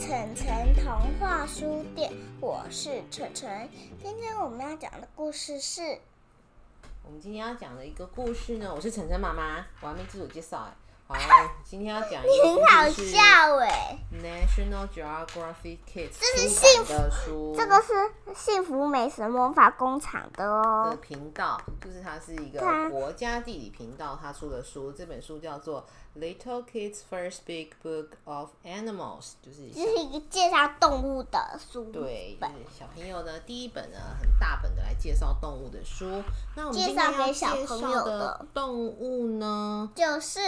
晨晨童话书店，我是晨晨。今天我们要讲的故事是《我们今天要讲的一个故事呢，我是晨晨妈妈，我还没自我介绍哎。 好，今天要讲一个很好故事是笑欸哎、 National Geographic Kids 这是出幸版的书，这个是幸福美食魔法工厂的的哦。频道，就是它是一个它国家地理频道，它出的书，这本书叫做《Little Kids First Big Book of Animals》，就是这是一个介绍动物的书对，就本是，小朋友呢，第一本呢很大本的来介绍动物的书。那我们介今天绍要给介小朋友绍的的动物呢就是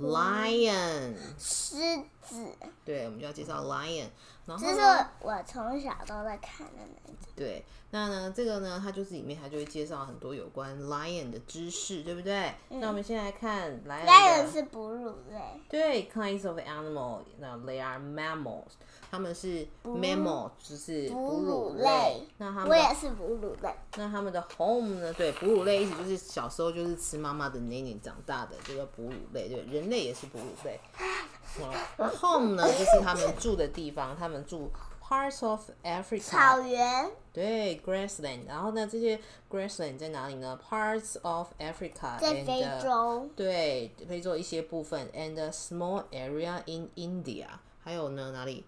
，lion，狮子。对，我们就要介绍 lion。然后这是呢，我从小都在看的那种。对，那呢这个呢，它就是里面它就会介绍很多有关 lion 的知识，对不对？那我们先来看当嗯 lion 的然是哺乳类，对，kinds of animal，那 they are mammals，它们是 mammal，就是哺哺乳乳类类。那它们我的也是哺乳类。那他们的 home 呢？对，哺乳类一直就是小时候就是吃妈妈的奶奶长大的，这个哺乳类，对，人类也是哺乳 类。哦 home 呢，就是他们住的地方，他们住 parts of 草 Africa，原对，grassland。然后呢，这些 grassland 在哪里呢？Parts of Africa 在 and 非 uh, 洲，对，非洲一些部分，and a small area in India，还有呢哪里？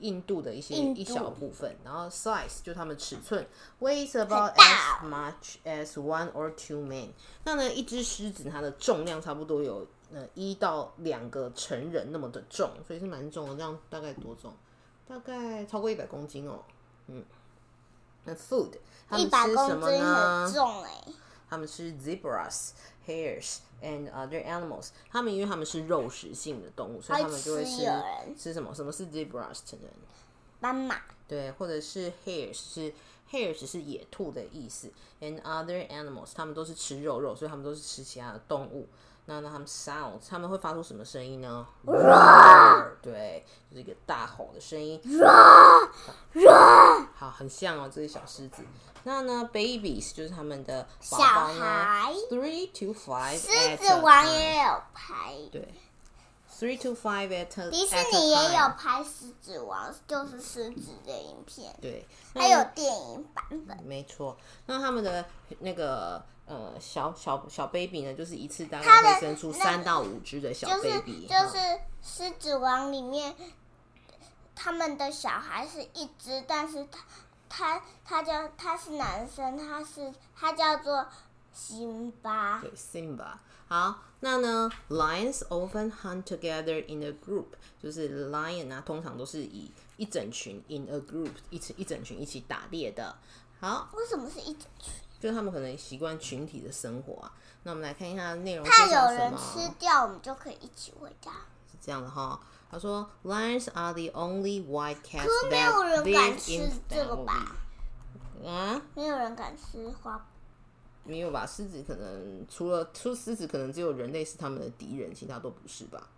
印度的一些印一度小部分，然后 size 就他们尺寸，weighs about 大 as much as one or two men。那呢，一只狮子它的重量差不多有呃一到两个成人那么的重，所以是蛮重的。这样大概多重？大概超过一百公斤哦。嗯，那 food 他一们百吃公什么斤呢很？重哎、他们吃 zebras、hares and other animals。他们因为他们是肉食性的动物，所以他们就会吃吃有人吃什么？什么是 zebras？成人斑马。对，或者是 hares 是 hares 是野兔的意思，and other animals 他们都是吃肉肉，所以他们都是吃其他的动物。那那他们 sounds 他们会发出什么声 音呢？对，就是一个大吼的 声音。好，很像哦，这些小狮子。那呢，babies 就是他们的宝宝小呢孩，three to five 狮 at 子 a 王 time 也有拍，对，three to five at a 迪士 at a 尼也有 time 拍《狮子王》，就是狮子的影片，对，还那有电影版本。没错，那他们的那个呃小小小 baby 呢，就是一次大它的概会生出那三到五只的小就是 baby，就哈是《狮子王》里面，他们的小孩是一只，但是他他他叫他是男生，他是他叫做辛巴。对，Simba。好，那呢，lions often hunt together in a group，就是 lion 啊，通常都是以一整群 in a group 一起一整群一起打猎的。好，为什么是一整群？就是他们可能习惯群体的生活啊。那我们来看一下内容介怕绍有什人么。吃掉，我们就可以一起回家。是这样的哈。他说，Lions are the only white cats 可没 that 有人 live 敢 in 吃这个 Nairobi 吧？啊，没有人敢吃花。没有吧？狮子可能除了除了狮子，可能只有人类是他们的敌人，其他都不是吧？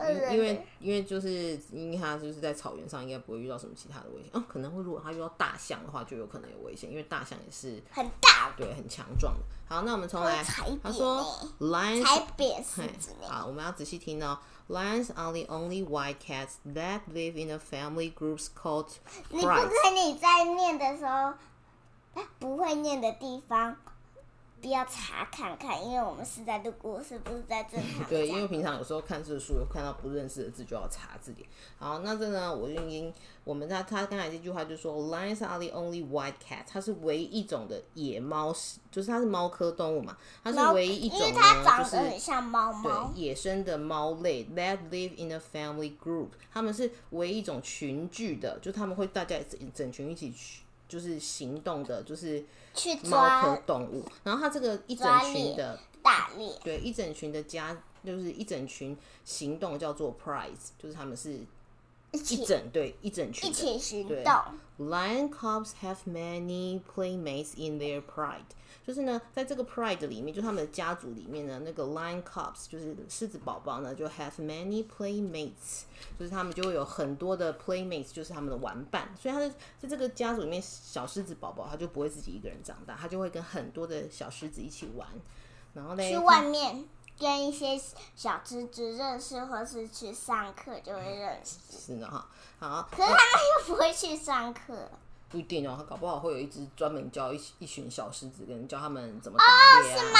因因为因为就是因为它就是在草原上，应该不会遇到什么其他的危险。哦，可能会如果它遇到大象的话，就有可能有危险，因为大象也是很大，对很强壮的。好，那我们重来它会踩。他扁说欸，Lions 才扁狮子呢。好，我们要仔细听哦。Lions are the only white cats that live in a family group called 你不 prides. 可以在念的时候，不会念的地方，不要查看看，因为我们是在录故事，不是在正常对，因讲为平常有时候看字书，有看到不认识的字就要查字典。好，那这呢，我就已经我们他他刚才这句话就说，lions are the only white cat，它是唯一一种的野猫，就是它是猫科动物嘛，它是猫唯一一种因为呢，它长就是得很像猫猫对，，野生的猫类 that live in a family group，它们是唯一一种群聚的，就他们会大家整整群一起去，就是行动的，就是去猫科抓动物。然后它这个一整抓群猎的，打猎。对，一整群的家就是一整群行动叫做 prize，就是他们是一一起整对一整群一的起行对动， Lion cubs have many playmates in their pride，就是呢，在这个 pride 里面，就他们的家族里面呢，那个 lion cubs 就是狮子宝宝呢，就 have many playmates，就是他们就会有很多的 playmates，就是他们的玩伴。所以他在在这个家族里面，小狮子宝宝他就不会自己一个人长大，他就会跟很多的小狮子一起玩。然后呢，去外面跟一些小吃只认识，或是去上课就会认识。是呢哈。好，可是他们又不会去上课，不一定哦，他搞不好会有一只专门教一一群小狮子，跟教他们怎么打猎啊。妈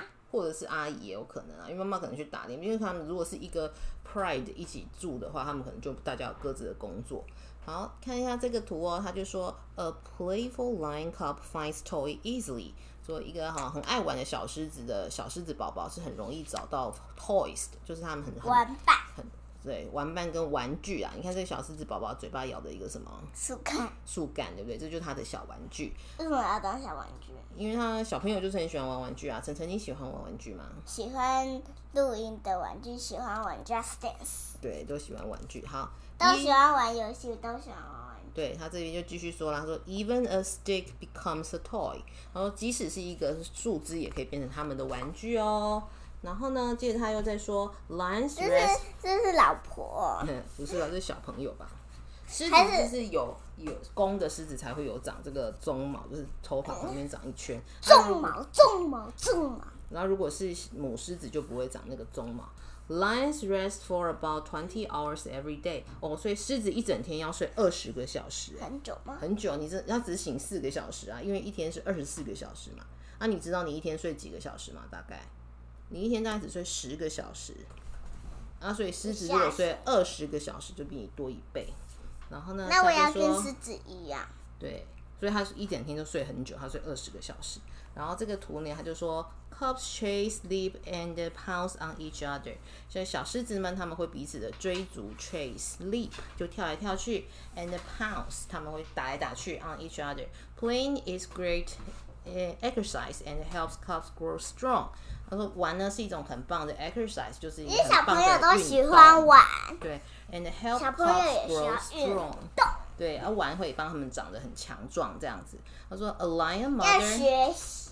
妈。或者是阿姨也有可能啊，因为妈妈可能去打猎，因为他们如果是一个 pride 一起住的话，他们可能就大家有各自的工作。好，看一下这个图哦，他就说，a playful lion cub finds toy easily，说一个哈很爱玩的小狮子的小狮子宝宝是很容易找到 toys 的，就是他们很很玩伴很对玩伴跟玩具啊。你看这个小狮子宝宝嘴巴咬的一个什么树看，树干，对不对？这就是他的小玩具，为什么要当小玩具？因为他小朋友就是很喜欢玩玩具啊。晨晨，你喜欢玩玩具吗？喜欢录音的玩具，喜欢玩 Just Dance，对，都喜欢玩具。好，都一喜欢玩游戏，都喜欢玩玩具。对他这边就继续说了，他说 Even a stick becomes a toy，然后即使是一个树枝也可以变成他们的玩具哦。然后呢，接着他又在说 Lions 这 rest， 是这是老婆，不是吧？这是小朋友吧？狮子还是就是有有公的狮子才会有长这个鬃毛，就是头发旁边长一圈。鬃毛，鬃毛，鬃毛。然后如果是母狮子就不会长那个鬃毛。Lions rest for about twenty hours every day，哦，所以狮子一整天要睡二十个小时、哎很久吗？很久，你这要只醒四个小时啊，因为一天是二十四个小时嘛。啊，你知道你一天睡几个小时吗？大概你一天大概只睡十个小时，啊，所以狮子如果睡二十个小时，就比你多一倍。然后呢，那我要他就跟说狮子一样，对，所以他是一整天就睡很久，他睡二十个小时。然后这个图呢，他就说，cubs chase, leap and pounce on each other，所以小狮子们他们会彼此的追逐，chase, leap 就跳来跳去，and pounce 他们会打来打去，on each other。Playing is great uh, exercise and helps cubs grow strong。他说玩呢是一种很棒的 exercise，就是因因为小朋友都喜玩。欢玩。对，and help 小朋友也 cubs 需要 grow 运 strong。动，对，啊，玩会帮他们长得很强壮这样子。他说，a lion 要 mother，学习。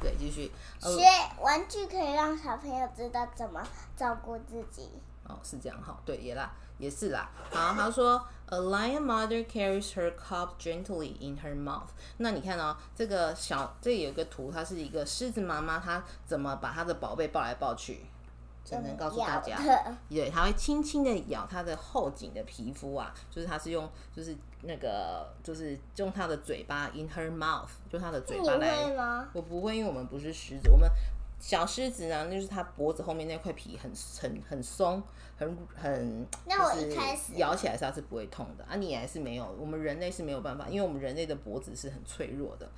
对，继续，呃学玩具可以让小朋友知道怎么照顾自己。哦，是这样哈，对，也啦，也是啦。好，他说，a lion mother carries her cub gently in her mouth。那你看哦，这个小，这有一个图，它是一个狮子妈妈，它怎么把它的宝贝抱来抱去？晨晨告诉大家咬，的对，它会轻轻的咬它的后颈的皮肤啊，就是它是用，就是那个，就是用它的嘴巴 in her mouth，就它的嘴你巴来。嗯会吗？我不会，因为我们不是狮子，我们小狮子呢，就是它脖子后面那块皮很很很松，很很。那我就是一开始咬起来是它是不会痛的啊，你还是没有，我们人类是没有办法，因为我们人类的脖子是很脆弱的。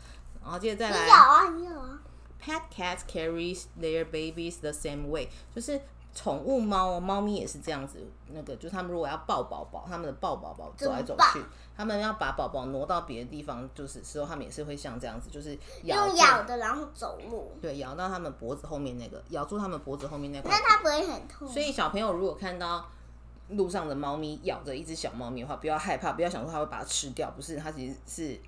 然后接着再你来有啊，你有啊。 ，pet cats carries their babies the same way，就是。宠物猫哦，猫咪也是这样子，那个就是它们如果要抱宝宝，它们的抱宝宝走来怎走么去抱，它们要把宝宝挪到别的地方，就是时候它们也是会像这样子，就是咬用住咬的，然后走路，对，咬到他们脖子后面那个，咬住他们脖子后面那块。那它不会很痛吗？所以小朋友如果看到路上的猫咪咬着一只小猫咪的话，不要害怕，不要想说它会把它吃掉，不是，它其实是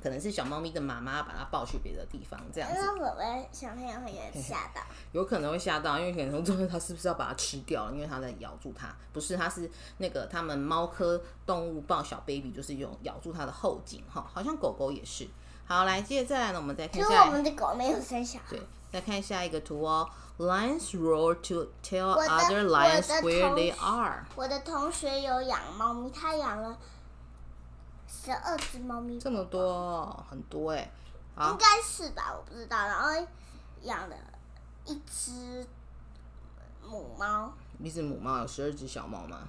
可能是小猫咪的妈妈把它抱去别的地方，这样因子为我们小朋友会有点吓 到，有可能会吓到，因为可能说它是不是要把它吃掉，因为它在咬住它，不是，它是那个他们猫科动物抱小 baby 就是用咬住它的后颈哈，好像狗狗也是。好，来，接着再来呢，我们再看因下为来我们的狗没有生小孩对。，再看下一个图哦。Lions roar to tell 我的 other 我 lions 的 where 头 they 是 are。我的同学有养猫咪，他养了十二只猫咪，这么多哦，很多哎。应好，该是吧？我不知道。然后养了一只母猫，一只母猫有十二只小猫吗？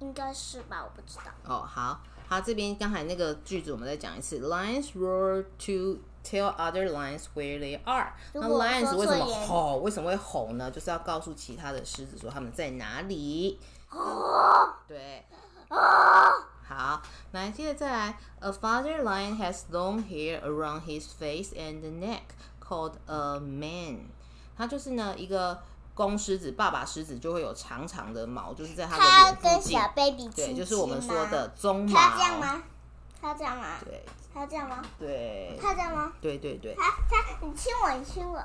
应该是吧？我不知道。哦，好，好，这边刚才那个句子我们再讲一次。Lions roar to tell other lions where they are。如那果我 lions 说错为什么言吼？为什么会吼呢？就是要告诉其他的狮子说他们在哪里。对。好，来，接着再来。A father lion has long hair around his face and neck, called a mane。它就是呢一个公狮子，爸爸狮子就会有长长的毛，就是在它他的脸跟附近小。baby 对，亲就是我们亲吗说的鬃毛。他这样吗？他这样吗？对他这样吗？对他这样吗？对对对他他，你亲我，你亲我，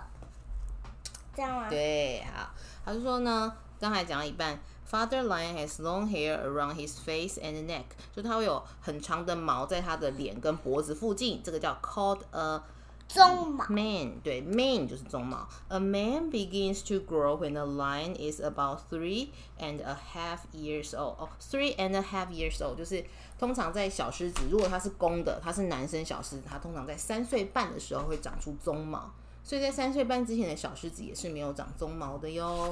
这样吗？对，好，他就说呢，刚才讲到一半。Father lion has long hair around his face and neck，就它会有很长的毛在它的脸跟脖子附近，这个叫 called a 鬃毛。 Man，对，man 就是鬃毛。A man begins to grow when a lion is about three and a half years old。哦、t h r e e and a half years old 就是通常在小狮子，如果它是公的，它是男生小狮子，它通常在三岁半的时候会长出鬃毛。所以在三岁半之前的小狮子也是没有长鬃毛的哟。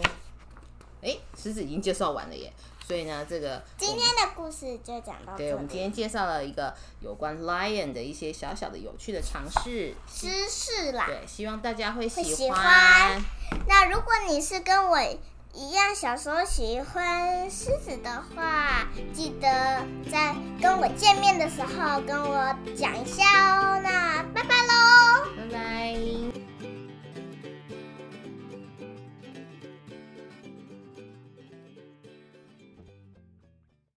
诶，狮子已经介绍完了耶。所以呢，这个今天的故事就讲到对这我们今里。天介绍了一个有关 lion 的一些小小的有趣的尝试。知识啦，对，希望大家会喜会喜欢欢。那如果你是跟我一样小时候喜欢狮子的话，记得在跟我见面的时候跟我讲一下哦。那拜拜。